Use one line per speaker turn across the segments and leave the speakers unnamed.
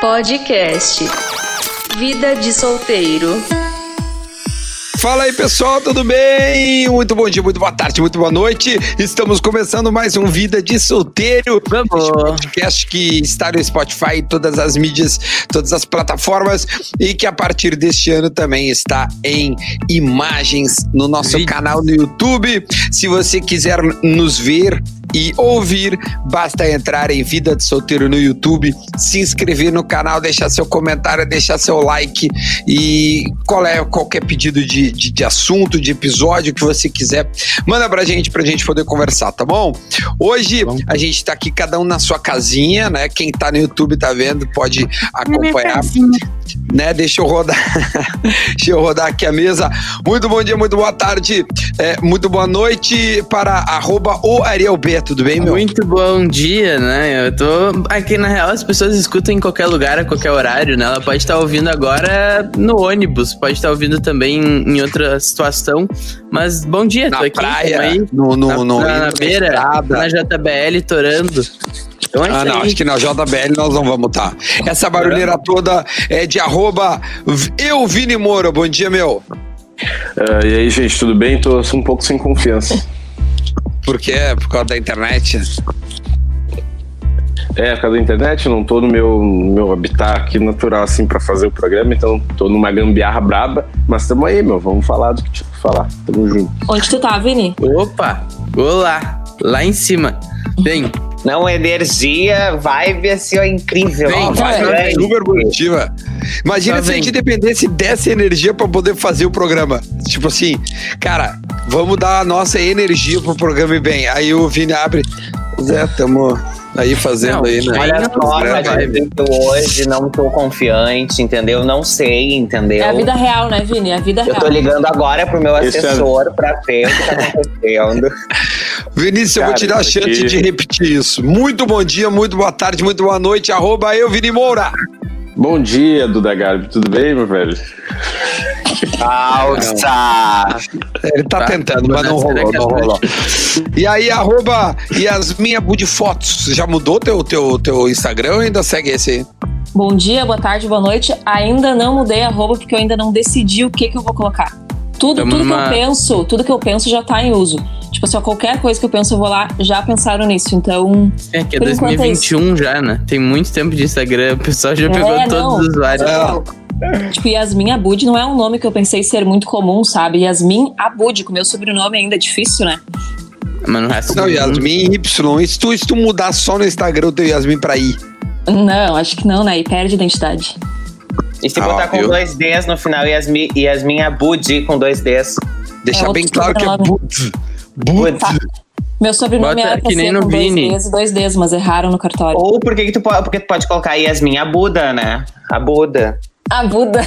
Podcast Vida de Solteiro.
Fala aí pessoal, tudo bem? Muito bom dia, muito boa tarde, muito boa noite. Estamos começando mais um Vida tipo de Solteiro.
Vamos.
Este podcast que está no Spotify, em todas as mídias, todas as plataformas e que a partir deste ano também está em imagens no nosso
Vídeo.
canal no YouTube. Se você quiser nos ver e ouvir, basta entrar em Vida de Solteiro no YouTube, se inscrever no canal, deixar seu comentário, deixar seu like e qual é qualquer pedido de, de, de assunto, de episódio que você quiser, manda pra gente pra gente poder conversar, tá bom? Hoje
Bom.
a gente tá aqui cada um na sua casinha, né? Quem tá no YouTube tá vendo, pode acompanhar, né? Deixa eu rodar, deixa eu rodar aqui a mesa. Muito bom dia, muito boa tarde, é, muito boa noite para arroba o Ariel B, tudo bem, meu?
Muito bom dia, né? Eu tô. Aqui na real, as pessoas escutam em qualquer lugar, a qualquer horário, né? Ela pode estar ouvindo agora no ônibus, pode estar ouvindo também em outra situação. Mas bom dia,
Na
tô aqui,
praia,
tamo aí,
no, no,
na,
no-
na, na beira,
estrada.
na JBL, torando. Então é
Ah,
isso
não,
aí.
acho que na JBL nós não vamos estar. Essa barulheira toda é de arroba eu, Vini Moura. Bom dia, meu.
Ah, e aí, gente, tudo bem? Tô um pouco sem confiança.
Por quê? é Por causa da internet?
É, por causa da internet, não tô no meu, no meu habitat aqui natural, assim, pra fazer o programa, então tô numa gambiarra braba, mas tamo aí, meu, vamos falar do que tinha que falar. Tamo junto.
Onde tu tá, Vini?
Opa! Olá! Lá em cima. Vem,
Não, energia, vibe assim, ó, incrível.
Vem,
Ó,
vai,
vibe
vai.
grande.
Super positiva. Imagina
Tá
se a
bem.
gente dependesse dessa energia pra poder fazer o programa. Tipo assim, cara, vamos dar a nossa energia pro programa e bem. Aí o Vini abre. Zé, tamo aí fazendo
Não,
aí, né?
vai.
Olha
Não,
só,
não,
mas
vibe.
eu tô hoje não tô confiante, entendeu? Não sei, entendeu?
É a
Então,
vida real, né, Vini? É a vida
Eu
real.
tô ligando agora pro meu
Esse é-
assessor pra ver o que tá acontecendo.
Vinícius, eu vou
Cara,
te dar a
isso
chance
aqui-
de repetir isso. Muito bom dia, muito boa tarde, muito boa noite. Arroba eu, Vini Moura.
Bom dia, Duda Garbi, tudo bem, meu velho?
Alça!
Ele tá,
Tá,
tentando, mas não
mas será
rolou,
que
não
é
rolou. E aí, arroba Yasmin Abudfotos. Já mudou teu, teu, teu Instagram ou ainda segue esse aí?
Bom dia, boa tarde, boa noite. Ainda não mudei a roupa porque eu ainda não decidi o que, que eu vou colocar. Tudo,
Tamo
tudo
numa-
que eu penso, tudo que eu penso já tá em uso. Tipo assim, ó, qualquer coisa que eu penso, eu vou lá, já pensaram nisso. Então,
é que é
Por enquanto é
2021 já, né? Tem muito tempo de Instagram, o pessoal já
É,
pegou
não.
todos os usuários.
Ah,
tipo, Yasmin Abud não é um nome que eu pensei ser muito comum, sabe? Yasmin Abud, com meu sobrenome ainda é difícil, né?
Mas no resto
Não,
do mundo-
Yasmin Y. E se tu, se tu mudar só no Instagram o teu Yasmin pra I?
Não, acho que não, né? E perde identidade.
E se
Ah,
botar com
viu?
dois Ds no final, Yasmin, Yasmin Abudi com dois Ds.
Deixar
É,
bem
outro
claro que é
sobrenome.
Bud. Bud.
Bud.
Meu sobrenome
Bota
era pra
que nem
ser
no
com dois
Vini.
Ds e dois Ds, mas erraram no cartório.
Ou por que, que tu pode. Porque tu pode colocar Yasmin Abuda, né? Abuda.
A Buda.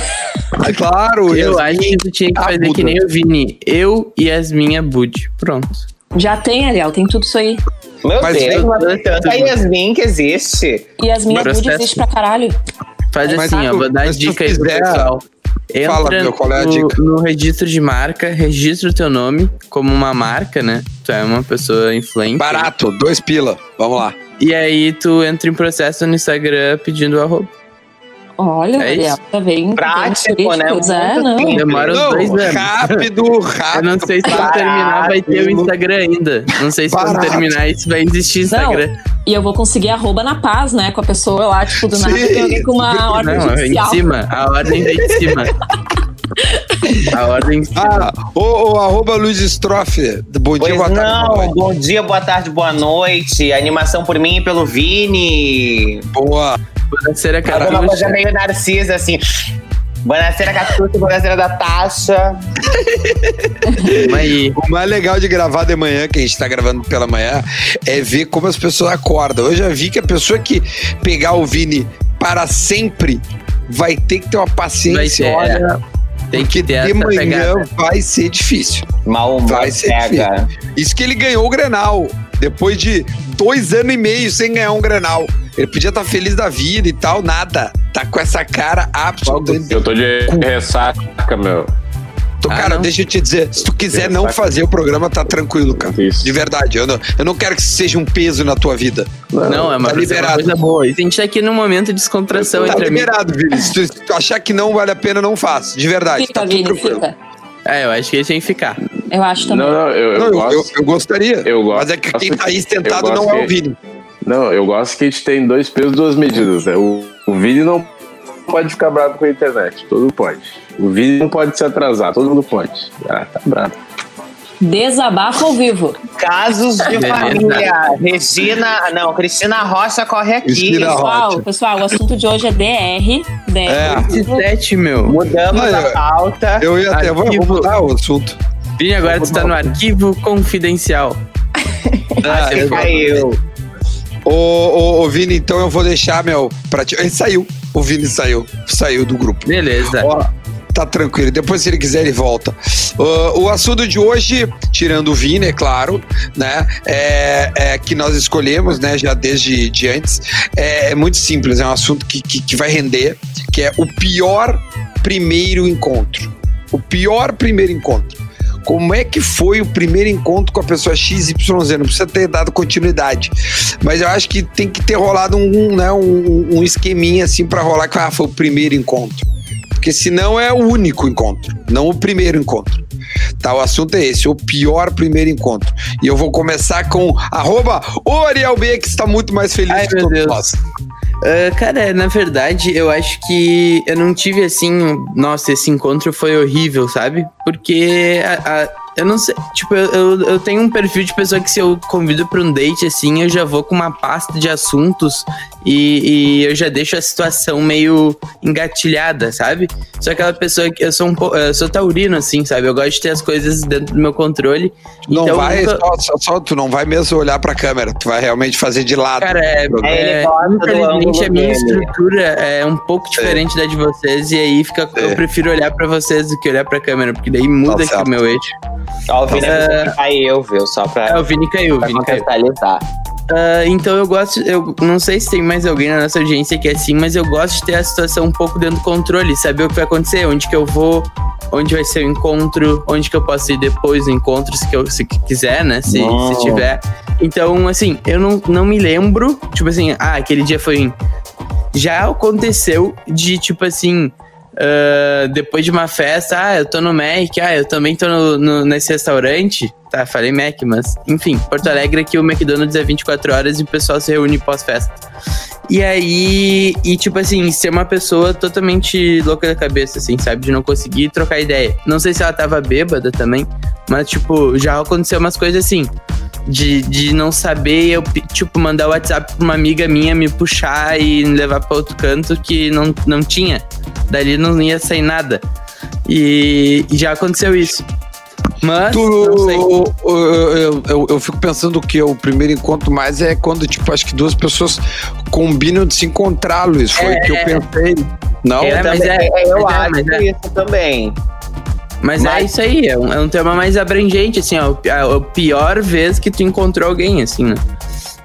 É Claro,
Eu
Yasmin.
acho que tu tinha que fazer
Abuda.
que nem o Vini. Eu e as minhas Bud. Pronto.
Já tem, Ariel, tem tudo isso aí.
Meu
Mas
Deus,
eu-
mas tem tanta Yasmin que existe.
E as minhas
Processo.
nudes existem pra caralho.
Faz
Mas
assim,
tu-
ó. Vou dar
mas tu
dica aí pro
fizer-
pessoal. Entra
Fala, meu, qual é a
no,
dica?
no registro de marca, registra o teu nome como uma marca, né? Tu é uma pessoa influente.
Barato, dois pila. Vamos lá.
E aí tu entra em processo no Instagram pedindo arroba.
Olha,
É
Ariel, tá bem.
Prático,
tem uns
né?
políticos, É,
Muito
não.
simples.
Demora uns
Não,
dois anos.
rápido,
Eu
rápido.
não sei se quando
Barato.
terminar vai ter o Instagram ainda. Não sei se quando
Barato.
terminar isso vai existir Instagram.
E eu vou conseguir arroba na paz, né? Com a pessoa lá, tipo, do nada,
Sim.
tem alguém com uma
Não,
ordem
é em
judicial.
cima. A ordem vem de cima. A ordem de cima.
Ah, ô, ô, arroba Luiz Stroff. Bom dia,
Pois
boa tarde.
não,
boa noite.
bom dia, boa tarde, boa noite. Animação por mim e pelo Vini.
Boa.
Buenaceira
Cara, uma coisa
Cartucho.
meio narcisa, assim. Bonaceira Catuta, Bonaceira da Tasha.
Calma aí.
O mais legal de gravar de manhã, que a gente tá gravando pela manhã, é ver como as pessoas acordam. Eu já vi que a pessoa que pegar o Vini para sempre vai ter que ter uma
Vai
paciência.
ter. é.
Olha,
Tem
porque
que ter
de
essa
manhã
pegada.
vai ser difícil.
Mal humor
Vai ser
pega.
Isso que ele ganhou o Grenal. Depois de dois anos e meio sem ganhar um Grenal. Ele podia estar feliz da vida e tal, nada. Tá com essa cara absolutamente.
Eu tô de ressaca, meu.
Tu,
Ah,
cara,
não.
deixa eu te dizer, se tu quiser
Eu
não
saco.
fazer o programa, tá tranquilo, cara.
Isso.
De verdade, eu não, eu não quero que isso seja um peso na tua vida.
Não, é uma,
tá
coisa- é uma
liberado.
coisa boa. E A gente tá aqui num momento de descontração
Tá
entre amigos.
liberado, Vini. Se tu- se tu achar que não vale a pena, não faça. De verdade,
Fica,
tá tudo
Vini,
tranquilo.
fica.
É, eu acho que a gente tem que ficar.
Eu acho também.
Não, não, eu, eu
Não, eu,
gosto.
eu- eu gostaria.
Eu gosto.
Mas é que quem tá aí sentado
Eu gosto
não é o
que-
Vini.
Não, eu gosto que a gente tem dois pesos, duas medidas. Né? O, o Vini não pode ficar bravo com a internet. Todo mundo pode. O Vini não pode se atrasar. Todo mundo pode. Ah, tá bravo.
Desabafo ao vivo.
Casos de
Beleza.
família. Regina. Não, Cristina Rocha corre aqui.
Cristina Rocha.
Pessoal,
ótimo.
pessoal, o assunto de hoje é DR. DR.
É.
Sete, meu.
Mudamos
Olha,
a pauta.
Eu ia até. Vamos
Arquivo.
mudar o assunto.
Vini, agora tu tá no arquivo confidencial.
Ah,
você
eu-
Caiu.
Ô, ô, ô, Vini, então eu vou deixar, meu, pra ti. Ele saiu. O Vini saiu. Saiu do grupo.
Beleza.
Ó, tá tranquilo. Depois, se ele quiser, ele volta. Ô, o assunto de hoje, tirando o Vini, é claro, né? É, é que nós escolhemos, né, já desde de antes. É, é muito simples, é um assunto que, que, que vai render, que é o pior primeiro encontro. O pior primeiro encontro. Como é que foi o primeiro encontro com a pessoa XYZ? Não precisa ter dado continuidade. Mas eu acho que tem que ter rolado um, um, né, um, um esqueminha assim pra rolar que ah, foi o primeiro encontro. Porque senão é o único encontro, não o primeiro encontro. Tá, o assunto é esse, o pior primeiro encontro. E eu vou começar com arroba o Ariel B, que está muito mais feliz
Ai,
que
meu
todos
Deus.
nós.
Ah, cara, na verdade, eu acho que eu não tive assim. um, Nossa, esse encontro foi horrível, sabe? Porque a- a- eu não sei. Tipo, eu, eu, eu tenho um perfil de pessoa que se eu convido pra um date assim, eu já vou com uma pasta de assuntos e, e eu já deixo a situação meio engatilhada, sabe? Sou aquela pessoa que eu sou um po- eu sou taurino assim, sabe? Eu gosto de ter as coisas dentro do meu controle.
Não
então
vai,
nunca-
só, só- só tu não vai mesmo olhar pra câmera, tu vai realmente fazer de lado.
Cara, é,
É, ele
é,
gosta do
infelizmente
ângulo
a minha
dele.
estrutura é um pouco diferente da de vocês e aí fica,
É.
eu prefiro olhar pra vocês do que olhar pra câmera, porque daí
Tá
muda aqui
certo.
o meu eixo.
Ó, o Vini
É.
é... caiu, viu? Só pra,
É, o Vini caiu, o
pra
Vini caiu.
contextualizar.
Ah, então eu gosto, eu não sei se tem mais alguém na nossa audiência que é assim, mas eu gosto de ter a situação um pouco dentro do controle, saber o que vai acontecer, onde que eu vou, onde vai ser o encontro, onde que eu posso ir depois do encontro, se, que eu, se que quiser, né, se,
Uau.
se tiver. Então, assim, eu não, não me lembro, tipo assim, ah, aquele dia foi ruim. Já aconteceu de, tipo assim, ah, depois de uma festa, ah, eu tô no Mac, ah, eu também tô no, no- nesse restaurante. Tá, falei Mac, mas enfim, Porto Alegre que o McDonald's é 24 horas e o pessoal se reúne pós-festa. E aí, e tipo assim, ser uma pessoa totalmente louca da cabeça, assim, sabe? De não conseguir trocar ideia. Não sei se ela tava bêbada também, mas tipo, já aconteceu umas coisas assim. De, de não saber, eu, pe- tipo, mandar o WhatsApp pra uma amiga minha me puxar e levar pra outro canto que não, não tinha. Dali não ia sair nada. E, e já aconteceu isso. Mas, não sei.
Tu, eu, eu, eu- eu fico pensando que o primeiro encontro mais é quando, tipo, acho que duas pessoas combinam de se encontrar, Luiz. Foi o que eu pensei. Não?
É, mas
também-
é,
eu
mas é,
acho
mas é.
isso também.
Mas, é
Mas-
isso aí, é um, é um tema mais abrangente, assim, ó. o pi- A, a pior vez que tu encontrou alguém, assim, né?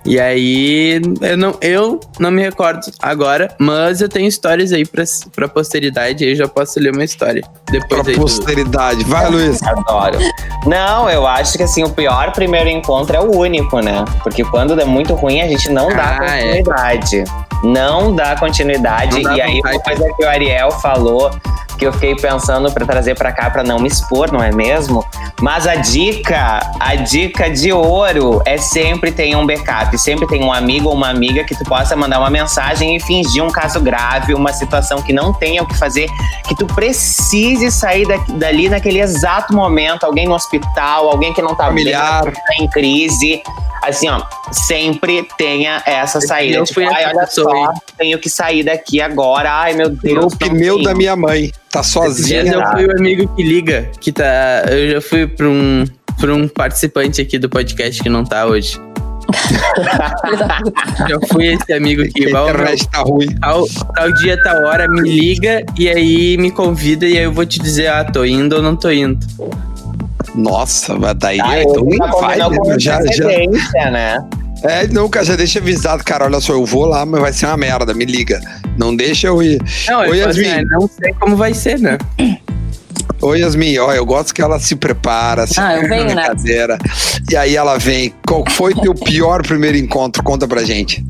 E aí, eu não, eu não me recordo agora, mas eu tenho histórias aí pra, pra posteridade, aí eu já posso ler uma história. Depois
Pra
aí. do-
posteridade.
É,
Vai, Luiz.
Adoro. Não, eu acho que assim, o pior primeiro encontro é o único, né? Porque quando é muito ruim, a gente não dá
Ah, é.
continuidade. Não dá continuidade.
Não dá
e aí, uma
vontade.
coisa que o Ariel falou, que eu fiquei pensando pra trazer pra cá pra não me expor, não é mesmo? Mas a dica, a dica de ouro é sempre ter um backup, sempre tem um amigo ou uma amiga que tu possa mandar uma mensagem e fingir um caso grave, uma situação que não tenha o que fazer, que tu precise sair da- dali naquele exato momento, alguém no hospital, alguém que não tá
Familiar.
bem, que tá em crise. Assim, ó, sempre tenha essa
É
saída.
eu
tipo,
fui
ai,
essa
olha
pessoa
só,
aí."
tenho que sair daqui agora. Ai, meu
Tirou
Deus.
o
não
pneu
tem.
da minha mãe. Tá
Esses dias
sozinha.
eu fui o amigo que liga, que tá. Eu já fui pra um, pra um participante aqui do podcast que não tá hoje. já fui esse amigo
A
que. né? vai
internet tá ruim.
tal, tal dia, tal hora, me liga e aí me convida e aí eu vou te dizer, ah, tô indo ou não tô indo.
Nossa, mas daí
Tá,
Ah,
é,
eu
então nem
já
vai,
combinou
né?
com
Já, já.
antecedência, né?
É, não, cara, já deixa avisado, cara. Olha só, eu vou lá, mas vai ser uma merda, me liga. Não deixa eu ir.
Não,
Oi,
eu falo assim,
Yasmin.
ah, não sei como vai ser, né?
Oi, Yasmin, ó, eu gosto que ela se prepara, se
Ah,
põe
eu
na
venho, né?
cadeira. E aí ela vem. Qual foi teu pior primeiro encontro? Conta pra gente.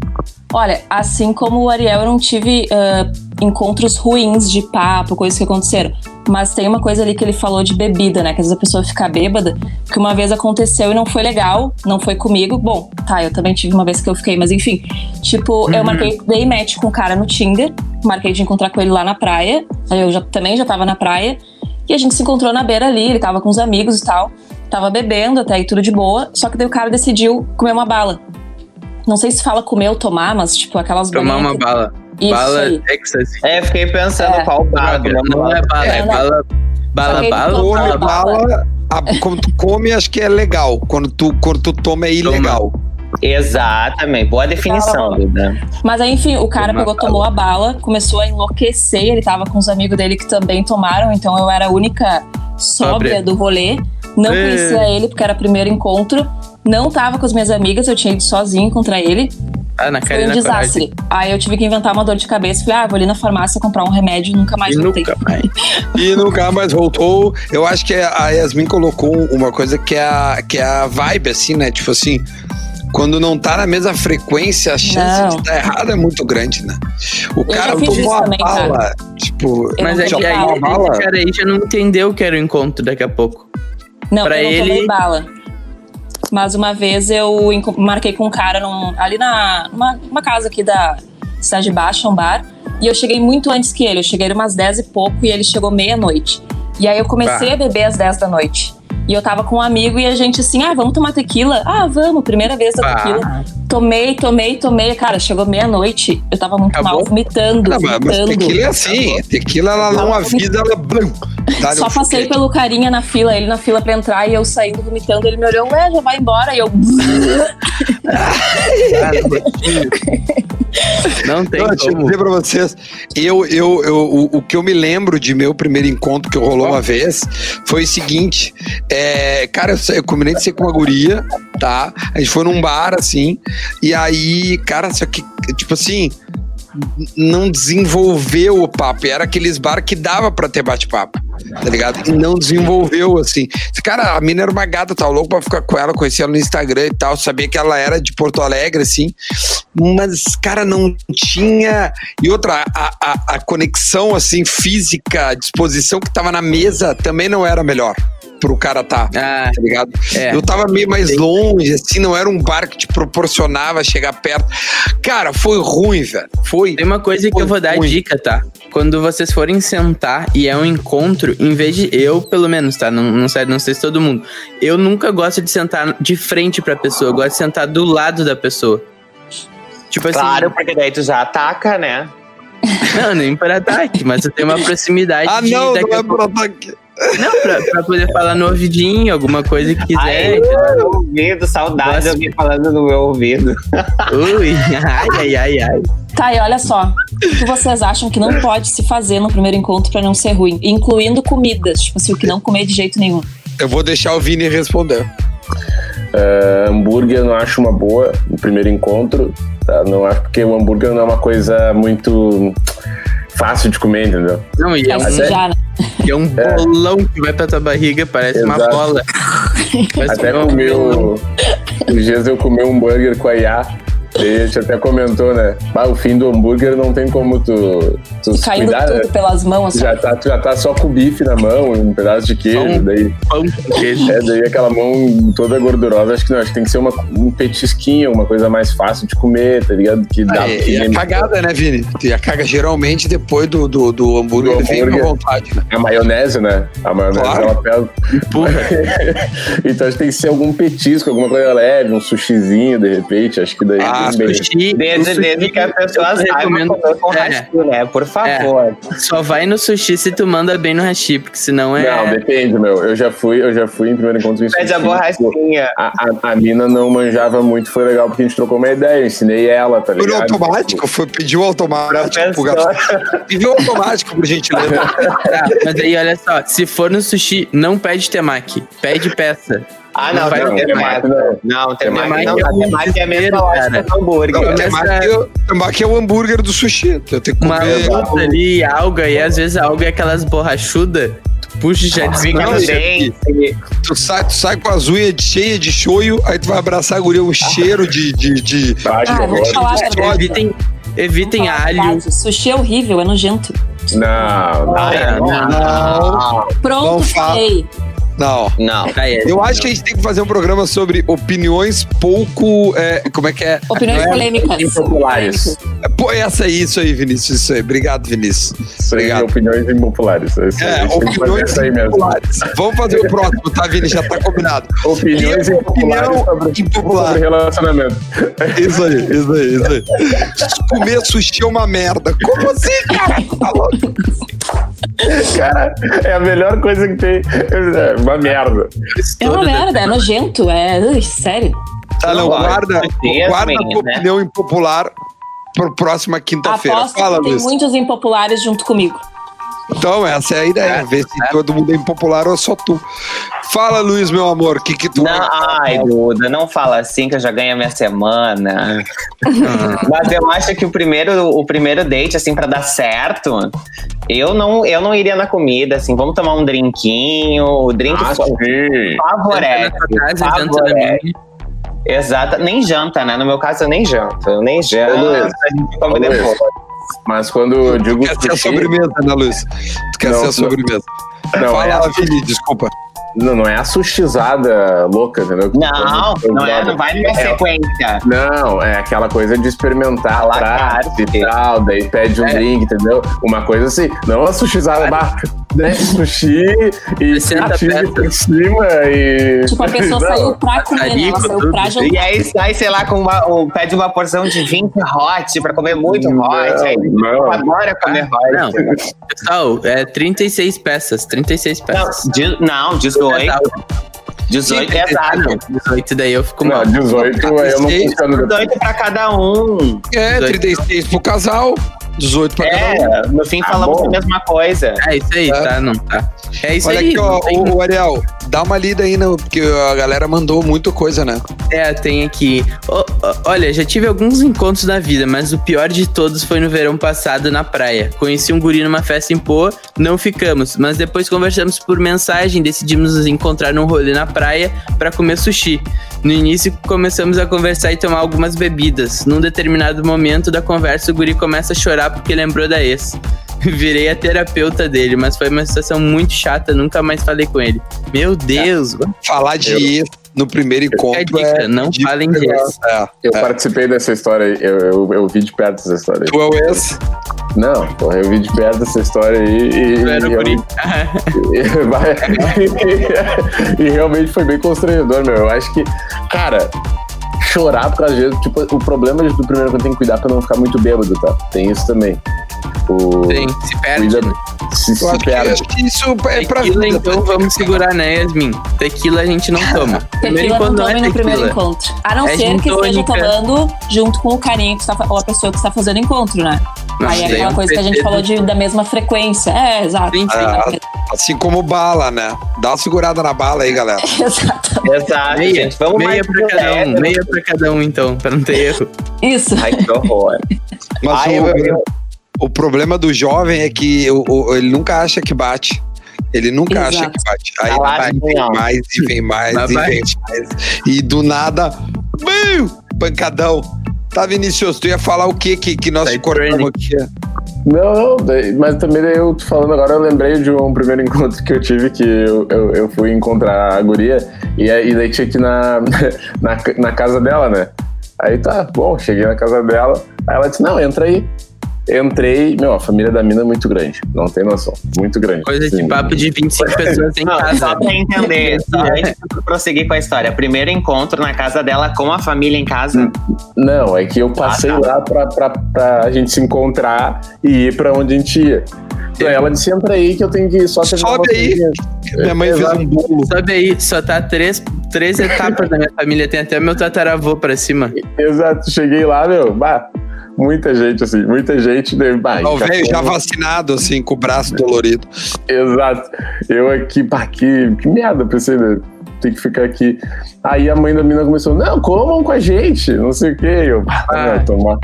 Olha, assim como o Ariel, eu não tive ah, encontros ruins de papo, coisas que aconteceram. Mas tem uma coisa ali que ele falou de bebida, né? Que às vezes a pessoa fica bêbada, que uma vez aconteceu e não foi legal, não foi comigo. Bom, tá, eu também tive uma vez que eu fiquei, mas enfim. Tipo,
Uhum.
eu marquei, dei match com um cara no Tinder, marquei de encontrar com ele lá na praia. Aí Eu já, também já tava na praia. E a gente se encontrou na beira ali, ele tava com os amigos e tal. Tava bebendo até aí tudo de boa. Só que daí o cara decidiu comer uma bala. Não sei se fala comer ou tomar, mas tipo aquelas
Tomar
bolinhas
uma bala.
Isso
bala
aí.
ecstasy.
É, fiquei pensando
É.
qual né, pago.
Droga. Não é bala, é
Não, não.
bala. Bala,
né? Só que
bala.
ele
Come
Fala,
bala. a- quando tu come, acho que é legal. Quando tu, quando tu toma, é ilegal.
Exatamente. Boa definição, Duda.
Mas aí, enfim, o cara
Uma
pegou, tomou a bala, começou a enlouquecer. Ele tava com os amigos dele que também tomaram, então eu era a única sóbria
Sóbria.
do rolê. Não
É.
conhecia ele, porque era primeiro encontro. Não tava com as minhas amigas, eu tinha ido sozinho encontrar ele.
Ah, na cara
Foi
e
um
na coragem.
desastre. Aí eu tive que inventar uma dor de cabeça. Falei, ah, vou ali na farmácia comprar um remédio e nunca mais
E
voltei.
nunca mais.
E nunca mais voltou. Eu acho que a Yasmin colocou uma coisa que é a, que é a vibe, assim, né? Tipo assim, quando não tá na mesma frequência, a chance
Não.
de estar errado é muito grande, né? O cara
já fiz
tomou
isso
a
também, cara.
bala. Tipo,
Eu
Mas
não
é
vou
que aí
falar.
esse cara aí já não entendeu o que era o encontro daqui a pouco.
Não,
Pra
eu não
ele-
tomei bala. Mas uma vez eu enco- marquei com um cara num- ali na numa, numa casa aqui da Cidade Baixa, um bar. E eu cheguei muito antes que ele. Eu cheguei umas 10 e pouco e ele chegou meia-noite. E aí eu comecei a beber às 10 da noite. E eu tava com um amigo e a gente assim, ah, vamos tomar tequila? Ah, vamos, primeira vez da
Bah.
tequila. Tomei, tomei, tomei. Cara, chegou meia-noite, eu tava muito
Acabou? Ah,
mal, vomitando,
Não, mas, mas
vomitando.
tequila é assim. Tequila, ela não avisa, ela. blum, dá-lhe
Tá Só
um
passei
chupete.
pelo carinha na fila, ele na fila pra entrar e eu saindo vomitando. Ele me olhou, ué, já vai embora. E eu.
Não tem
Não, deixa eu
como.
dizer pra vocês, eu, eu, eu, o, o que eu me lembro de meu primeiro encontro que rolou uma vez foi o seguinte: é, cara, eu, sa- eu combinei de ser com uma guria, tá? A gente foi num bar assim, e aí, cara, só que, tipo assim, n- não desenvolveu o papo. E Era aqueles bar que dava pra ter bate-papo, tá ligado? E não desenvolveu, assim. Esse Cara, a mina era uma gata, tava louco pra ficar com ela, conheci ela no Instagram e tal, sabia que ela era de Porto Alegre, assim mas, cara, não tinha. E outra, a, a, a conexão assim, física, a disposição que tava na mesa também não era a melhor pro cara tá.
Ah,
Tá ligado?
é.
Eu tava meio mais longe, assim, não era um bar que te proporcionava chegar perto. Cara, foi ruim, velho. Foi.
Tem uma coisa que eu vou dar
Ruim.
dica, tá? Quando vocês forem sentar e é um encontro, em vez de eu, pelo menos, tá? Não, não sei, não sei se todo mundo. Eu nunca gosto de sentar de frente pra pessoa, eu gosto de sentar do lado da pessoa. Tipo assim,
Claro, porque daí tu já ataca, né?
não, nem para ataque, mas eu tenho uma proximidade
Ah,
de
não,
daqui
não
a
é
pouco-
pra tá aqui.
não pra, pra poder falar no ouvidinho, alguma coisa que quiser.
Ai, uh, meu ouvido, saudade de
Gosto.
alguém falando no meu ouvido.
Ui, ai, ai, ai, ai.
Tá, e olha só. O que vocês acham que não pode se fazer no primeiro encontro pra não ser ruim? Incluindo comidas. Tipo assim, o que não comer de jeito nenhum.
Eu vou deixar o Vini responder.
É, hambúrguer eu não acho uma boa no primeiro encontro. tá? Não acho porque o hambúrguer não é uma coisa muito fácil de comer, entendeu?
Não, e é
Vai
um,
se já, né?
e é um bolão que vai pra tua barriga, parece uma
Exato.
bola. Parece
Até
um
comi o. Os dias eu comi um hambúrguer com a Iá. E a gente até comentou, né? Ah, o fim do hambúrguer não tem como tu, tu se
Caindo
cuidar, né?
tudo pelas mãos. assim.
Já tá, tu já tá só com o bife na mão, um pedaço de queijo,
Só um-
daí,
pão com queijo.
é, daí aquela mão toda gordurosa. Acho que não, acho que tem que ser uma, um petisquinho, uma coisa mais fácil de comer, tá ligado? Que dá
e,
que
e a
nem-
cagada, né, Vini? E a caga geralmente depois do, do, do hambúrguer,
Do
ele vem
hambúrguer.
com vontade, né?
A maionese, né? A maionese
Claro.
ela pega. então acho que tem que ser algum petisco, alguma coisa leve, um sushizinho de repente. Acho que daí
Ah,
tudo bem.
Sushi-
Desde,
o
desde
sushi
que a pessoa
eu
saiba
recomendo-
comer com
é.
rastilho, né? Por favor.
Só vai no sushi se tu manda bem no hashi, porque senão é.
Não, depende, meu. Eu já fui, eu já fui em primeiro encontro em
Pede a
sushi.
borrachinha.
A, a, a mina não manjava muito, foi legal porque a gente trocou uma ideia, eu ensinei ela, tá
Foi no
ligado?
automático, foi pedir o automático pro garçom.
Professor.
Pediu automático, por gentileza.
Tá, mas aí olha só, se for no sushi, não pede temaki, pede peça.
Ah,
Não
não,
vai
tem
Não, é
ter
temaki.
temaki não.
Não,
Temaki
temaki não.
é um
Temaki é a
desespero,
mesma lógica
cara.
do hambúrguer.
Não,
Começa-
temaki, é- temaki é o hambúrguer do sushi. Eu tenho que
Uma
comer.
fruta ali, alga, e às vezes a alga é aquelas borrachudas. Tu puxa e já desliga.
Fica
Não,
no
gente.
dente.
Tu sai, tu sai com as unhas de- cheias de choio, aí tu vai abraçar a guria um cheiro de. de, de...
Ah, vou te falar a verdade.
então, Evitem, evitem
Vamos falar a
alho.
verdade, Sushi é horrível, é nojento.
Não, não.
Ah, é, não.
Não. Não
Pronto,
fala.
falei.
Não.
Não.
Ah, é.
Eu acho que a gente tem que fazer um programa sobre opiniões pouco. é, como é que é?
Opiniões
Não é?
polêmicas.
Impopulares.
Pô, essa aí, isso aí, Vinícius. Isso aí. Obrigado, Vinícius.
Obrigado.
Obrigado.
Opiniões impopulares. É, isso aí,
É,
a gente tem que fazer
opiniões
isso aí mesmo.
impopulares. Vamos fazer o próximo, tá, Vini? Já tá combinado.
Opiniões
Minha
impopulares
opinião
sobre,
impopular.
sobre relacionamento.
Isso aí, isso aí, isso aí. Comer sushi é uma merda. Como assim, cara? Tá louco?
Cara, é a melhor coisa que tem. É uma merda.
É uma merda, é nojento, é. Ui, sério.
Tá, não, assim,
Não,
guarda,
sushi é
guarda a
ruim,
tua
né?
opinião impopular pro próxima quinta-feira.
Aposto
Fala,
que tem
Luiz.
muitos impopulares junto comigo.
Então, essa é a ideia. Ver se todo mundo é impopular ou só tu. Fala, Luiz, meu amor, o que, que tu. é?
Não, ai, Duda, não fala assim que eu já ganho a minha semana. Mas eu acho que o primeiro, o primeiro date, assim, pra dar certo, eu não, eu não iria na comida, assim, vamos tomar um drinquinho, o drink fa-
sim.
Janta na
né?
favorece. é.
tua casa, janta na
favorece.
minha.
Exato, nem janta, né? No meu caso, eu nem janto, eu nem janto,
Ô, Luiz.
a gente come
Ô, Luiz.
depois.
Mas quando eu digo
Quer ser a
sushi,
sobremesa, né, Luiz? Tu quer
Não,
ser a
não.
sobremesa.
Não,
Fala,
é a-
Vini, desculpa.
não, não é a sushizada louca, entendeu? Que
Não,
eu- eu
não, é,
jogo.
não vai numa
É,
sequência.
Não, é aquela coisa de experimentar
Falar
lá
caro.
e tal, daí pede um drink, entendeu? Uma coisa assim, não a sushizada, bah, né? Sushi e
60
sushi
peças.
por cima e.
Tipo, a pessoa
Não,
saiu pra comer, né? Ela
Carico,
saiu
tudo.
pra jantar.
E aí sai, sei lá, com uma, ou pede uma porção de 20 hot pra comer muito hot. Aí,
Não,
eu adoro comer hot.
Não, pessoal, é 36 peças, 36
Não,
peças.
de, não 18. 18 é exato.
18 daí eu fico
Não,
mal.
18 eu não
Seis,
funciono.
18 pra cada um.
É,
18.
36 pro casal, 18 pra cada um.
É, no fim
Tá
falamos
bom.
a mesma coisa.
É isso aí,
É.
tá? Não, tá. É isso
Olha
aí.
aqui, ó,
não tem-
o, o Ariel, dá uma lida aí, não, porque a galera mandou muita coisa, né?
É, tem aqui. Ó, ó, olha, já tive alguns encontros na vida, mas o pior de todos foi no verão passado na praia. Conheci um guri numa festa em Pô, não ficamos, mas depois conversamos por mensagem, decidimos nos encontrar num rolê na praia pra comer sushi. No início, começamos a conversar e tomar algumas bebidas. Num determinado momento da conversa, o guri começa a chorar porque lembrou da ex. Virei a terapeuta dele, mas foi uma situação muito chata, nunca mais falei com ele. Meu Deus,
Falar de ex no primeiro
é a
encontro
dica,
é...
não
dica,
falem disso.
é,
Eu participei dessa história, aí, eu, eu, eu vi de perto essa história. aí.
Tu é o ex?
Não, porra, eu vi de perto essa história aí e.
Eu era
e
o
eu-
guri.
e realmente foi bem constrangedor, meu. Eu acho que, cara, chorar por causa disso, tipo, o problema do primeiro que eu tenho que cuidar pra não ficar muito bêbado, tá? Tem isso também. O
Tem, se perde.
cuida
né?
se,
Eu
se
acho que,
perde.
acho que isso é pra
Tequila,
vida.
então vamos segurar, né, Yasmin? Tequila a gente não toma. é
Tequila não
enquanto
tome no primeiro encontro. A não
É
ser que esteja
gintônica.
tomando junto com o carinha que está, ou a pessoa que está fazendo o encontro, né?
Mas
Aí é
daí é
aquela
um
coisa que a gente
pretexto.
falou de, da mesma frequência. É, exato.
Sim, sim.
Ah, assim como bala, né? Dá uma segurada na bala aí, galera.
Exato.
Exato,
Meia,
gente. Vamos
meia
mais
pra cada um,
direto.
meia pra cada um, então, pra não ter erro.
Isso.
Ai, que horror.
Mas
Ai,
o,
eu- eu-
o problema do jovem é que o- o- ele nunca acha que bate. Ele nunca
Exato.
acha que bate. Aí
Ah, lá,
bate,
sim,
vem
ó.
mais, e vem mais,
Tá
Mas
e
bate.
vem mais. E do nada, bum, pancadão. Tá, Vinícius, tu ia falar o quê que, que nós
Tá
Sai
cortamos aqui?
Não, não, daí- mas também daí eu tô falando agora, eu lembrei de um primeiro encontro que eu tive que eu, eu, eu fui encontrar a guria e, aí- e daí tinha que ir na, na, ca- na casa dela, né? Aí tá, bom, cheguei na casa dela, aí ela disse, não, entra aí. Entrei, meu, a família da mina é muito grande, não tem noção, muito grande.
Coisa de
Assim,
papo de 25 pessoas em
Não, tá só
casa.
pra entender, só antes de prosseguir com a história. Primeiro encontro na casa dela com a família em casa.
Não, é que eu passei
Ah,
lá pra, pra, pra gente se encontrar e ir pra onde a gente ia. Então ela disse, entra aí que eu tenho que ir só terminar
Sobe
uma
aí.
coisinha."
Minha mãe fez
Exato.
um bolo.
Sabe aí, só tá três, três etapas da minha família, tem até meu tataravô pra cima. Tipo
Exato, cheguei lá, meu, bah, muita gente, assim, muita gente. Daí, bah,
Não,
já
velho,
foi-
já vacinado, assim, com o braço dolorido.
Exato. Eu aqui, bah, que, que merda, pensei, né? Tem que ficar aqui. Aí a mãe da mina começou, não, comam com a gente, não sei o quê. Eu, bah,
Ah.
meu, tomar.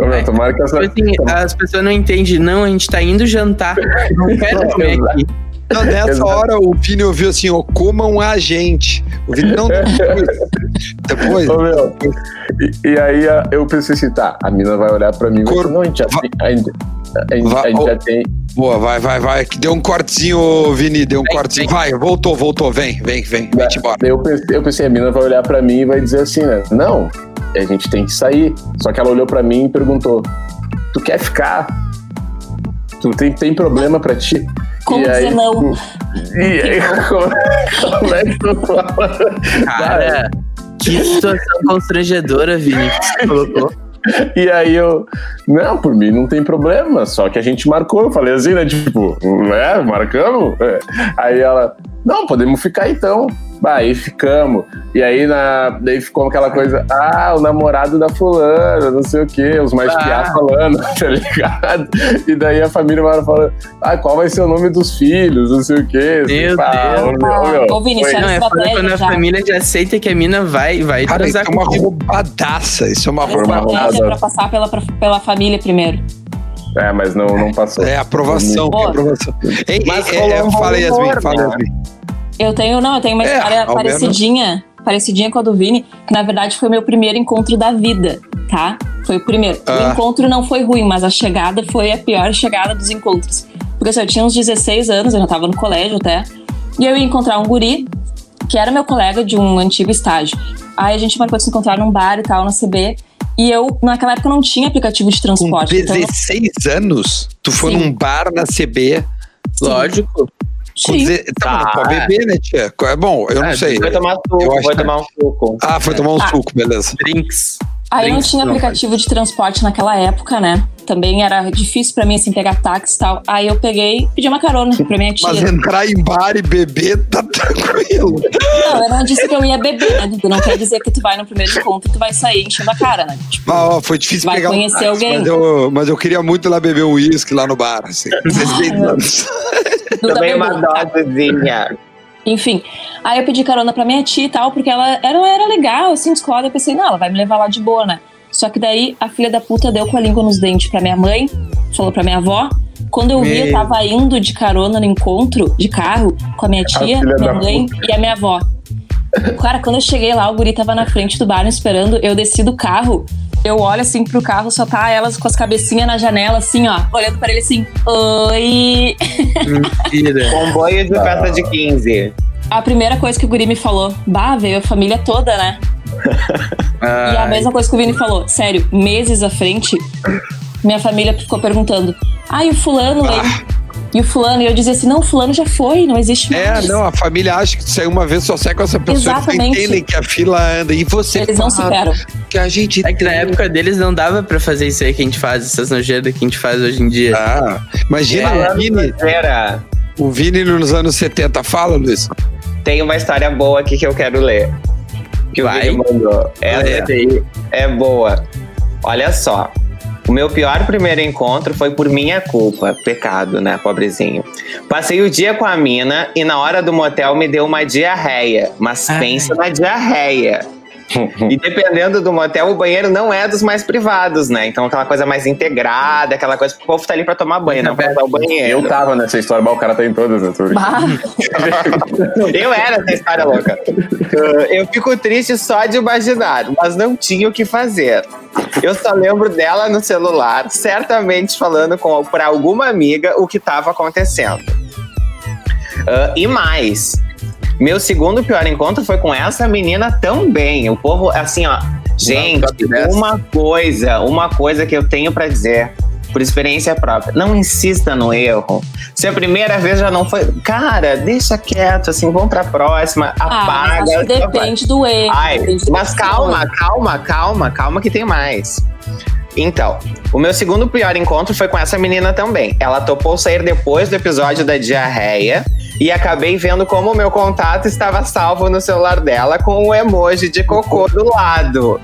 Ô, meu,
É.
tomara que essa.
tá
Tá
Tipo assim, as pessoas não entendem, não, a gente tá indo jantar. Não quero comer aqui.
Não, nessa
Exato.
hora o Vini ouviu assim, ó, comam a gente. O Vini, não, depois. Depois,
Ô, meu, e, e aí a- eu pensei assim, tá, a mina vai olhar pra mim e vai
Cor-
dizer, não, a gente já tem. A gente, a gente- a gente já tem.
Boa, vai, vai, vai. Que Deu um cortezinho, ô, Vini, deu um cortezinho. Vai, voltou, voltou. Vem, vem, vem, vem te embora.
Daí eu pensei, eu pensei, a mina vai olhar pra mim e vai dizer assim, né? Não, a gente tem que sair. Só que ela olhou pra mim e perguntou: Tu quer ficar? Tu tem, tem problema pra ti?
Como
E aí,
dizer não?
tipo, E aí, como, como é que tu fala?
Cara, que situação constrangedora, Vini, que você colocou.
E aí eu, não, por mim não tem problema, só que a gente marcou. Eu falei assim, né? Tipo, é, marcamos? É. Aí ela, não, podemos ficar então. Bah, aí ficamos. E aí na, daí ficou aquela coisa, ah, o namorado da fulana, não sei o quê, os mais
Ah.
piá falando, tá ligado? E daí a família vai falando, ah, qual vai ser o nome dos filhos, não sei o quê.
Meu Deus.
ô, meu, ô, meu.
Ah, Ô, Vini,
Foi-
Cara,
Não, é
isso é
foda quando
velho
a
já.
família já aceita que a mina vai, vai
Cara, isso é
transar
uma
contigo.
roubadaça. Isso é uma
Foi uma
roubadaça.
Estratégia
roubada.
pra passar pela, pela família primeiro.
É, mas não, não passou.
É aprovação,
Pô.
é aprovação. Ei,
Mas
ei,
rolou
é,
um
fala,
bom
Yasmin,
humor,
fala,
né?
Yasmin.
Eu tenho, não, eu tenho uma
É,
história
ao menos-
parecidinha, parecidinha com a do Vini, que na verdade foi meu primeiro encontro da vida, tá? Foi o primeiro.
Ah.
O encontro não foi ruim, mas a chegada foi a pior chegada dos encontros. Porque assim, eu tinha uns 16 anos, eu já tava no colégio até, e eu ia encontrar um guri, que era meu colega de um antigo estágio. Aí a gente marcou de se encontrar num bar e tal, na CB, e eu, naquela época, não tinha aplicativo de
Com
transporte. então eu não
16 anos, tu foi
Sim.
num bar na CB. Com
Lógico.
tinha.
deze- Tá, mas não
Tá.
pode beber, né, tia? É bom, eu não
Ah,
sei.
Vai tomar
Eu acho
suco, vai
que-
tomar um suco.
Ah, foi tomar um
Ah.
suco, beleza.
Drinks.
Aí não
Drinks,
tinha
não,
aplicativo de transporte naquela época, né? Também era difícil pra mim, assim, pegar táxi e tal. Aí eu peguei, pedi uma carona pra minha tia.
Mas entrar em bar e beber tá tranquilo.
Não, eu não disse que eu ia beber, né, Dudu? Não quer dizer que tu vai no primeiro encontro e tu vai sair enchendo a cara, né? Tipo,
Mas, ó, foi difícil
Vai
pegar um
conhecer
táxi,
alguém.
Mas eu, mas eu queria muito ir lá beber um uísque lá no bar. Assim, 16
Ah.
anos.
Duda
Tomei uma
bebeu.
dosezinha.
Enfim, aí eu pedi carona pra minha tia e tal, porque ela era, era legal, assim, de escola. Eu pensei, não, ela vai me levar lá de boa, né? Só que daí a filha da puta deu com a língua nos dentes pra minha mãe, falou pra minha avó. Quando eu vi, eu
Meu.
tava indo de carona no encontro, de carro, com a minha tia,
filha
minha
da
mãe e a minha avó. Cara, quando eu cheguei lá, o guri tava na frente do bar me esperando. Eu desci do carro, eu olho assim pro carro, só tá elas com as cabecinhas na janela, assim, ó, olhando pra ele assim, oi.
Mentira.
Comboio de
Tá.
festa de 15.
A primeira coisa que o guri me falou, bah, veio a família toda, né? E a
Ai,
mesma coisa que o Vini falou, sério, meses à frente, minha família ficou perguntando: ah, e o fulano, hein? E o fulano? E eu dizia assim: não, o fulano já foi, não existe
É,
mais.
não, a família acha que tu saiu uma vez só sai com essa pessoa. Eles não
Exatamente.
entendem que a fila anda. E você
Eles não
fala
superam.
que a gente
É que na época deles não dava pra fazer isso aí que a gente faz, essas nojeiras que a gente faz hoje em dia.
Ah, imagina
É.
o, Vini,
Vera,
o Vini nos anos 70. Fala, Luiz.
tem uma história boa aqui que eu quero ler.
Ah,
Que o
Vai.
Vini mandou. Essa
é.
daí é boa. Olha só. O meu pior primeiro encontro foi por minha culpa. Pecado, né, pobrezinho? Passei o dia com a mina e na hora do motel me deu uma diarreia. Mas
Ai.
pensa na diarreia. E dependendo do motel, o banheiro não é dos mais privados, né? Então aquela coisa mais integrada, aquela coisa que o povo tá ali pra tomar banho, não pra usar o banheiro.
Eu tava nessa história, mas o cara tá em todas, né? tô brincando.
Bah,
Eu era essa história louca. Uh, Eu fico triste só de imaginar, mas não tinha o que fazer. Eu só lembro dela no celular, certamente falando com para alguma amiga o que estava acontecendo. Uh, e mais, meu segundo pior encontro foi com essa menina também. O povo, assim, ó, gente,
top dessa.
uma coisa, uma coisa que eu tenho pra dizer. Por experiência própria. Não insista no erro. Se a primeira vez já não foi. Cara, deixa quieto, assim, vamos pra próxima.
ah, mas
Apaga.
acho que depende do erro.
Ai,
depende do
mas
pessoa.
calma, calma, calma, calma que tem mais. Então, o meu segundo pior encontro foi com essa menina também. Ela topou sair depois do episódio da diarreia e acabei vendo como o meu contato estava salvo no celular dela com o emoji de cocô do lado.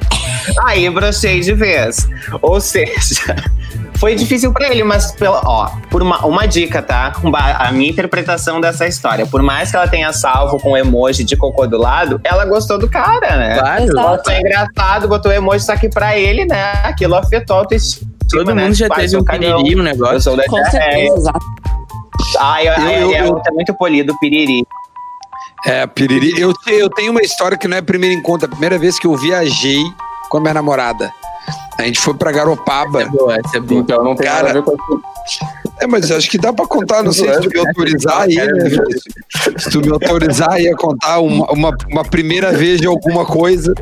Aí brochei de vez. Ou seja, foi difícil pra ele, mas pela, ó, por uma, uma dica, tá? Com ba- a minha interpretação dessa história. Por mais que ela tenha salvo com o emoji de cocô do lado, ela gostou do cara, né?
É.
Claro,
Exato.
Botou engraçado, botou emoji, só que pra ele, né? Aquilo afetou a autoestima.
todo
né?
mundo já
Pai,
teve
sou
um
cagão,
piriri, um
Eu
negócio.
sou da
Com
diarreia.
certeza, exato.
Ai, ai,
Eu- eu-
Ariel tá muito polido, piriri.
É, piriri. Eu, te- eu tenho uma história que não é primeiro encontro, é a primeira vez que eu viajei com a minha namorada. A gente foi pra Garopaba.
É boa, essa é boa.
Então não tem
Cara,
nada a ver com isso.
É, mas acho que dá pra contar, não sei se tu me autorizar aí, né, Vinícius? Se tu me autorizar, ia contar uma, uma, uma primeira vez de alguma coisa.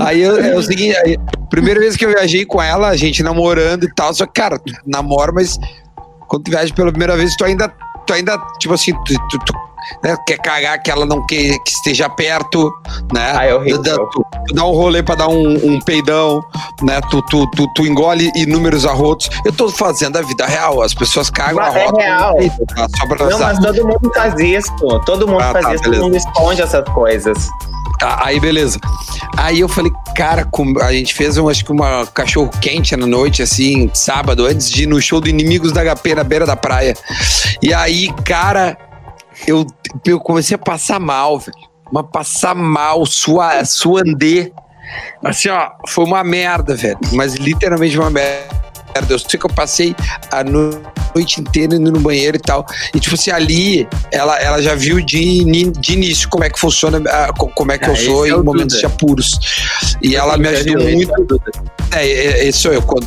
Aí eu- é o seguinte, aí, primeira vez que eu viajei com ela, a gente namorando e tal, só que, cara, tu namora, mas quando tu viaja pela primeira vez, tu ainda, tu ainda tipo assim, tu, tu- tu, né, quer cagar que ela não quer que esteja perto, né?
Ah, é horrível.
Dá- tu, tu dá um rolê pra dar um, um peidão, né? Tu, tu, tu, tu engole inúmeros arrotos. Eu tô fazendo a vida real, as pessoas cagam
Mas
a
é
rota.
real.
tá? Só pra
Não,
avisar.
mas todo mundo faz isso. Todo mundo
Ah,
faz
tá,
isso,
beleza.
todo mundo esconde essas coisas.
Tá, aí beleza. Aí eu falei, cara, com- a gente fez um, acho que uma cachorro quente na noite, assim, sábado, antes de ir no show do Inimigos da HP na beira da praia. E aí, cara, eu, eu comecei a passar mal, velho. Mas passar mal, sua, suandê. Assim, ó, foi uma merda, velho. Mas literalmente uma merda. Eu sei que eu passei a no- noite inteira indo no banheiro e tal. E, tipo assim, ali ela, ela já viu de, ini- de início como é que funciona, ah, co- como é que
Ah,
eu sou
esse
em
é o
momentos de
Duda.
apuros. E ela me ajudou
Esse é o
muito. É, é, é, sou eu. Quando...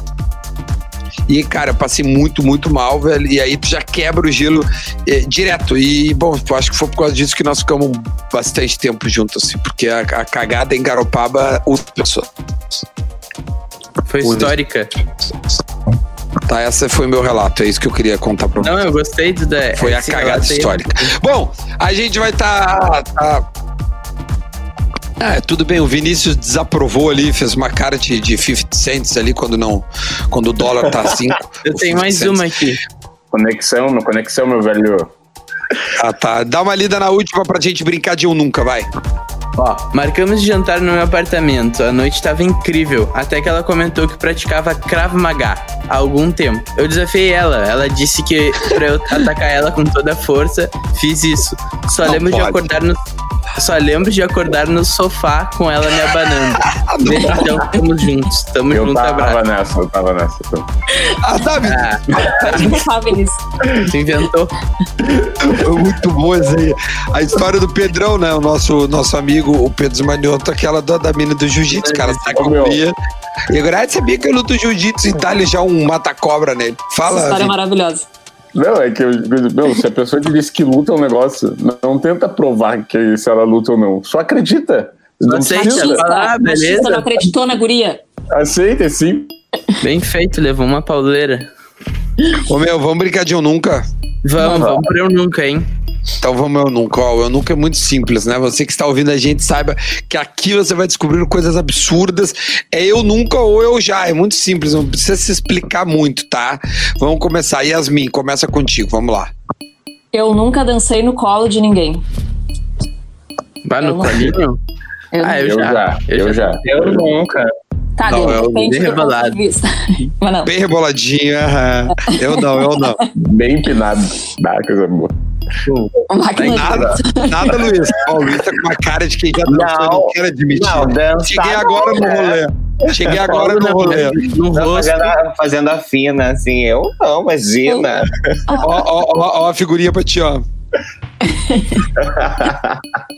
E, cara, eu passei muito, muito mal, velho. E aí tu já quebra o gelo é, direto. E, bom, eu acho que foi por causa disso que nós ficamos bastante tempo juntos, assim, porque a, a cagada em Garopaba, outra pessoa.
Foi
Pura.
histórica.
Tá, esse foi meu relato, é isso que eu queria contar pra
Não, eu gostei do da.
Foi a
esse
cagada
relato aí.
histórica. Bom, a gente vai estar. Ah, tudo bem, o Vinícius desaprovou ali, fez uma cara de, de 50 cents ali quando não, quando o dólar tá 5.
Eu tenho mais uma aqui.
Conexão, meu conexão, meu velho.
Ah, tá. Dá uma lida na última pra gente brincar de eu nunca, vai.
Ó, marcamos de jantar no meu apartamento. A noite estava incrível, até que ela comentou que praticava Krav Maga há algum tempo. Eu desafiei ela. Ela disse que pra eu atacar ela com toda a força, fiz isso. Só
Não
lembro
pode.
de acordar no só lembro de acordar no sofá com ela me abanando. Beijão, tamo juntos. Tamo
Eu
junto,
tava
abraço.
nessa, eu tava nessa.
Ah, tá, Vinícius.
Ah,
Sabe nisso.
assim.
tu inventou.
Foi muito bom essa aí. A história do Pedrão, né? O nosso, nosso amigo, o Pedro Zmanioto, aquela da, da mina do jiu-jitsu, cara, tá com
Ô, meu.
guria. E agora "Ah, sabia que eu luto jiu-jitsu e dá-lhe já um mata-cobra nele.
Essa
Fala,
história é
Vini.
maravilhosa.
Não, é que eu, meu, se a pessoa te diz que luta um negócio, não tenta provar que se ela luta ou não. Só acredita. Não
Aceita.
precisa.
Machista,
Ah, beleza.
machista não acreditou na guria.
Aceita, é sim.
Bem feito, levou uma pauleira.
Ô, meu, vamos brincar de eu nunca?
Vamos, vamos pra eu nunca, hein?
Então vamos eu nunca. Ó, eu nunca é muito simples, né? Você que está ouvindo a gente saiba que aqui você vai descobrindo coisas absurdas. É eu nunca ou eu já. É muito simples, não precisa se explicar muito, tá? Vamos começar. Yasmin, começa contigo, vamos lá.
Eu nunca dancei no colo de ninguém.
Vai
Eu
no
não-
colinho?
Eu
Ah,
Eu já, eu já.
Eu nunca.
Tá,
Não,
Dani,
eu-
depende
bem
do ponto
rebolado.
de vista. Mas não.
Bem reboladinha. aham. Eu não, eu não.
Bem empinado. Dá coisa boa.
Máquina de-
Nada, nada, Luiz. Ó, o Luiz tá com uma cara de quem já dançou,
Não.
não, não quero admitir.
Não, dançar
Cheguei agora
não,
no
né?
rolê. Cheguei agora
Colo
no
na-
rolê.
No
Não,
rosto.
Fazendo a, fazendo a fina, assim. Eu não, imagina.
Ó, ó, ó, ó a figurinha pra ti, ó.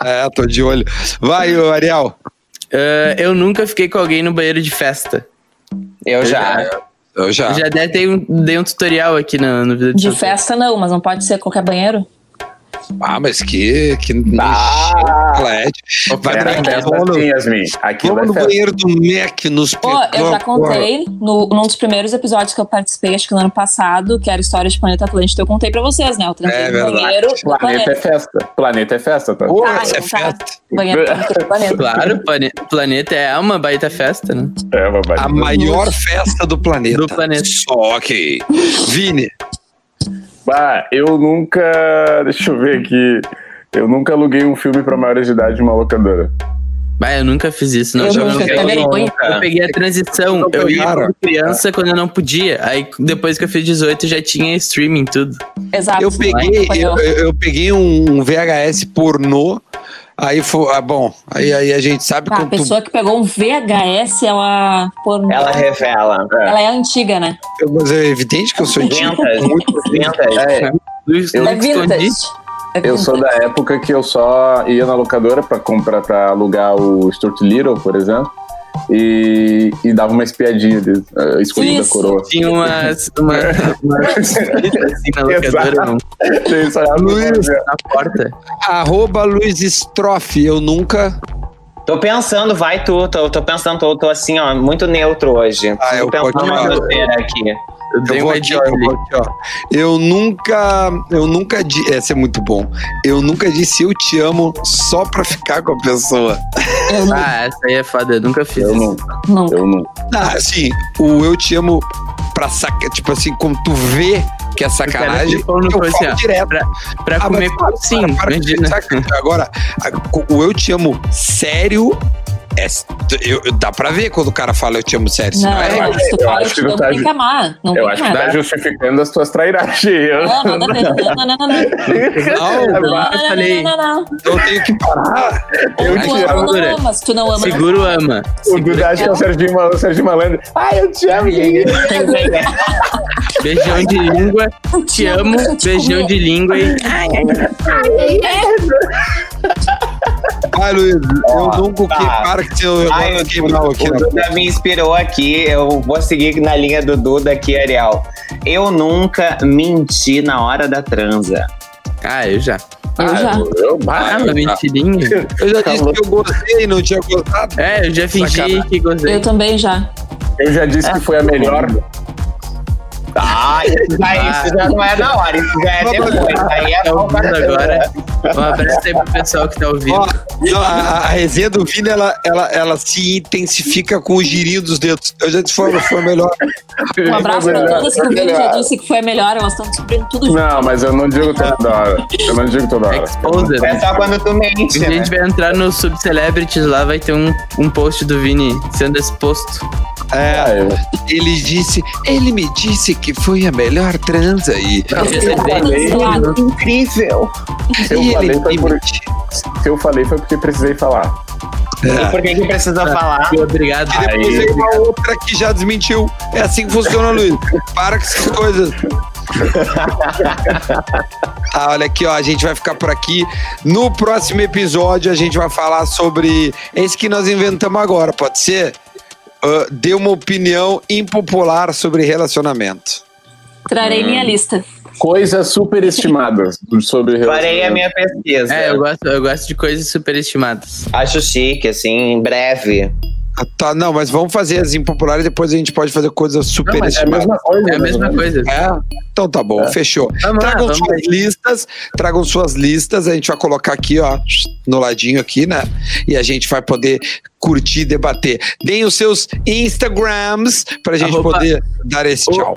É, tô de olho. Vai, ô, Ariel.
Ah, eu nunca fiquei com alguém no banheiro de festa.
Eu já.
Eu já.
Eu Já até dei um, dei um tutorial aqui na, no vídeo
De festa não, mas não pode ser qualquer banheiro.
Ah, mas que. que
Ah.
chiclete. Vai
Era
no
É, festa
McDonald's.
sim, Yasmin. Aquilo
Vamos
é
no
festa.
banheiro do Mac nos
Pô, eu já contei no, num dos primeiros episódios que eu participei, acho que no ano passado, que era história de Planeta Atlântico, eu contei pra vocês, né? Eu trampei
É
no
verdade.
banheiro do
Planeta é
planeta.
festa. Planeta é festa, tá?
Pô,
Ah,
essa é
não tá.
festa.
Banheiro do planeta.
Claro, plane- planeta é uma baita festa, né?
É, babai.
A maior festa do planeta.
Do planeta.
Só que. Vini,
Ah, eu nunca. Deixa eu ver aqui. Eu nunca aluguei um filme pra maiores de idade em uma locadora.
Bah, eu nunca fiz isso, não.
Eu
já
nunca,
peguei.
tá vergonha.
Eu peguei a transição.
Não
Eu ia
pegaram.
quando criança quando eu não podia. Aí depois que eu fiz 18 já tinha streaming tudo.
Exato.
eu peguei,
Foi
eu, eu- eu peguei um VHS pornô. Aí foi. Ah, bom, aí, aí a gente sabe
Ah, a
quando tu
pessoa que pegou um VHS, ela.
um
Por...
Ela revela.
ela é antiga, né?
Eu- Mas é evidente que eu sou antigo.
Lentas,
muito
lentas.
É,
Luiz
É
Luiz
vintage.
Condi.
É
Eu sou
vintage.
da época que eu só ia na locadora pra comprar, pra alugar o Stuart Little, por exemplo, e, e dava uma espiadinha, de, eh, escolhida a
Isso.
coroa.
Tinha umas. Uma, uma assim na locadora,
Exato.
não,
Vocês olhavam pra
Luiz.
ver.
na porta.
Arroba Luiz Estrofe, eu nunca.
Tô pensando, vai tu. Tô, tô pensando, tô, tô assim, ó, muito neutro hoje.
Ah, eu
Preciso pensar
vou
uma
aqui, ó.
roteira aqui.
Eu dei
Eu vou
uma
aqui,
dica
ó, eu
ali.
vou aqui, ó. Eu nunca. Eu nunca disse. Essa é muito bom. Eu nunca disse eu te amo só pra ficar com a pessoa.
Eu nu-
Ah, essa aí é foda, eu nunca fiz.
Eu
isso.
não,
nunca.
eu não.
Ah, assim, o eu te amo pra saca. Tipo assim, como tu vê que é
O cara
sacanagem,
te falou no
eu
coisa
falo
assim,
direto.
ó, Pra
Ah,
comer
mas para,
com sim,
para, para de
imagina.
pensar que- Agora, a- o eu te amo sério. é- eu- eu- dá pra ver quando o cara fala eu te amo sério. senão
Não,
é-
eu acho que tu
eu
fala
acho
que
que
não
tá
tem que
ju-
amar. Não
Eu
tem
acho que
nada.
tá justificando as tuas trairagens.
Não, nada a ver. Não, não, não, não, não.
Não,
É
Não,
Eu
não, não,
falei.
não, não, não.
eu tenho que parar.
Ou
Eu
tu
te
ama
amo,
ou não
Dura.
ama. Se tu não ama, não
Seguro ama.
O Duda acha que é o Serginho, Mal- o Serginho Malandro. Ah, eu te amo, gente.
Beijão de língua, te
ama,
amo,
deixa eu te
beijão
comer.
de língua e.
Vai, Ah, Luiz. Eu nunca
tá.
que para que senão eu
Ai,
vou quebrar
o,
aqui.
o
na-
Duda me inspirou aqui. Eu vou seguir na linha do Duda aqui, Ariel. Eu nunca menti na hora da transa.
Ah, eu já.
Eu já.
Eu,
Ah,
bah,
uma mentirinha.
Eu já disse
Calou.
que eu gostei, não tinha gostado.
É, eu já fingi
Sacanagem.
que gozei.
Eu também já. Um
eu já disse que foi a melhor.
Ah, isso, aí, isso já não é na hora, isso já é depois. Aí é
Tá ouvindo
conversa.
agora. Um abraço aí pro pessoal que tá
Ó,
ouvindo.
não, a, a- a resenha do Vini, ela, ela, ela se intensifica com o girinho dos dedos. Eu já disse foi, foi melhor.
Foi
Um abraço
a
pra
melhor,
todas que
foi a
o Vini já
melhor.
disse que foi a melhor. Elas estão descobrindo tudo junto.
Não, mas eu não digo toda hora. Eu não digo toda hora.
Exposer.
É só quando tu mente,
Se a
né?
gente vai entrar no Subcelebrities lá, vai ter um, um post do Vini sendo exposto.
É,
Ah, eu-
ele disse, ele me disse que foi a melhor transa e,
Eu
tá
falei.
Claro.
Incrível.
Eu
e
falei,
ele
foi
me
por-
mentiu.
Se eu falei foi porque precisei falar.
É.
E por que que precisa falar?
Obrigado.
E depois
Aí.
veio uma outra que já desmentiu. É assim que funciona, Luiz. Para com essas coisas. Ah, olha aqui, ó, a gente vai ficar por aqui. No próximo episódio, a gente vai falar sobre esse que nós inventamos agora, pode ser? Ah, dê uma opinião impopular sobre relacionamento.
Hum.
Trarei minha lista.
Coisas superestimadas sobre
Parei a minha pesquisa.
É, eu gosto, eu gosto de coisas superestimadas.
Acho chique, assim, em breve.
Ah, Tá, não, mas vamos fazer as impopulares, depois a gente pode fazer coisas super
Não, mas é a mesma coisa.
É a mesma coisa.
É? Então tá bom, fechou.
Vamos lá,
tragam
Ah, vamos
suas listas, tragam suas listas, a gente vai colocar aqui, ó, no ladinho aqui, né? E a gente vai poder curtir e debater. Deem os seus Instagrams pra gente
Arroba-
poder dar esse
O-
tchau.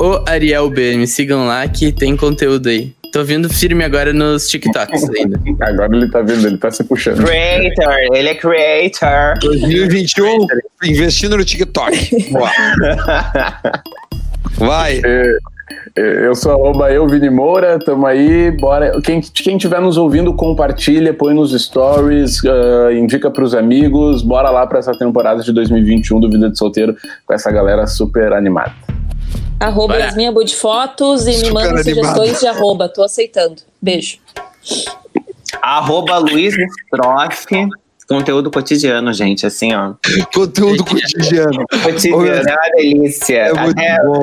Ô, Ariel B, me sigam lá que tem conteúdo aí. Tô vindo firme agora nos TikToks ainda.
Agora ele tá vendo, ele tá se puxando.
Creator, ele é creator.
2021, investindo no TikTok. Boa. Vai.
É, Eu sou arroba eu, Vini Moura, tamo aí, bora. Quem, quem tiver nos ouvindo, compartilha, põe nos stories, ah, indica pros amigos, bora lá pra essa temporada de 2021 do Vida de Solteiro com essa galera super animada.
Arroba
Vai lá.
Yasminha Bud Fotos e me
Super
mandem sugestões
animada.
de arroba. Tô aceitando. Beijo.
Arroba Luiz Stroff. Conteúdo cotidiano, gente, assim, ó.
Conteúdo cotidiano.
Cotidiano é uma delícia.
É muito
É,
bom.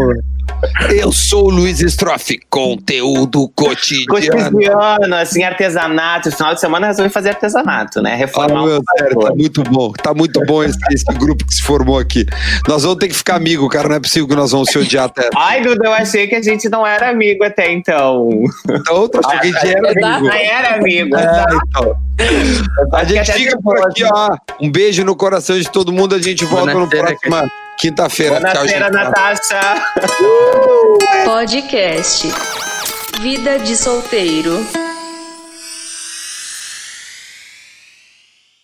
Eu sou o Luiz Estrofe, conteúdo cotidiano.
cotidiano, assim, artesanato. Final de semana eu resolvi fazer artesanato, né?
Fala,
Reformar o
meu, sério, tá muito bom. Tá muito bom esse, esse grupo que se formou aqui. Nós vamos ter que ficar amigo, cara. Não é possível que nós vamos se odiar até.
Ai, Duda, eu achei que a gente não era amigo até então.
Então, eu achei que a gente
Exato.
era amigo.
Não era amigo. Tá.
É, então. A gente
até
fica
nervoso.
por aqui, ó. Um beijo no coração de todo mundo. A gente volta na
Boa-feira,
próxima quinta-feira. Tchau,
Boa-feira,
gente.
Natasha.
Podcast Vida de Solteiro.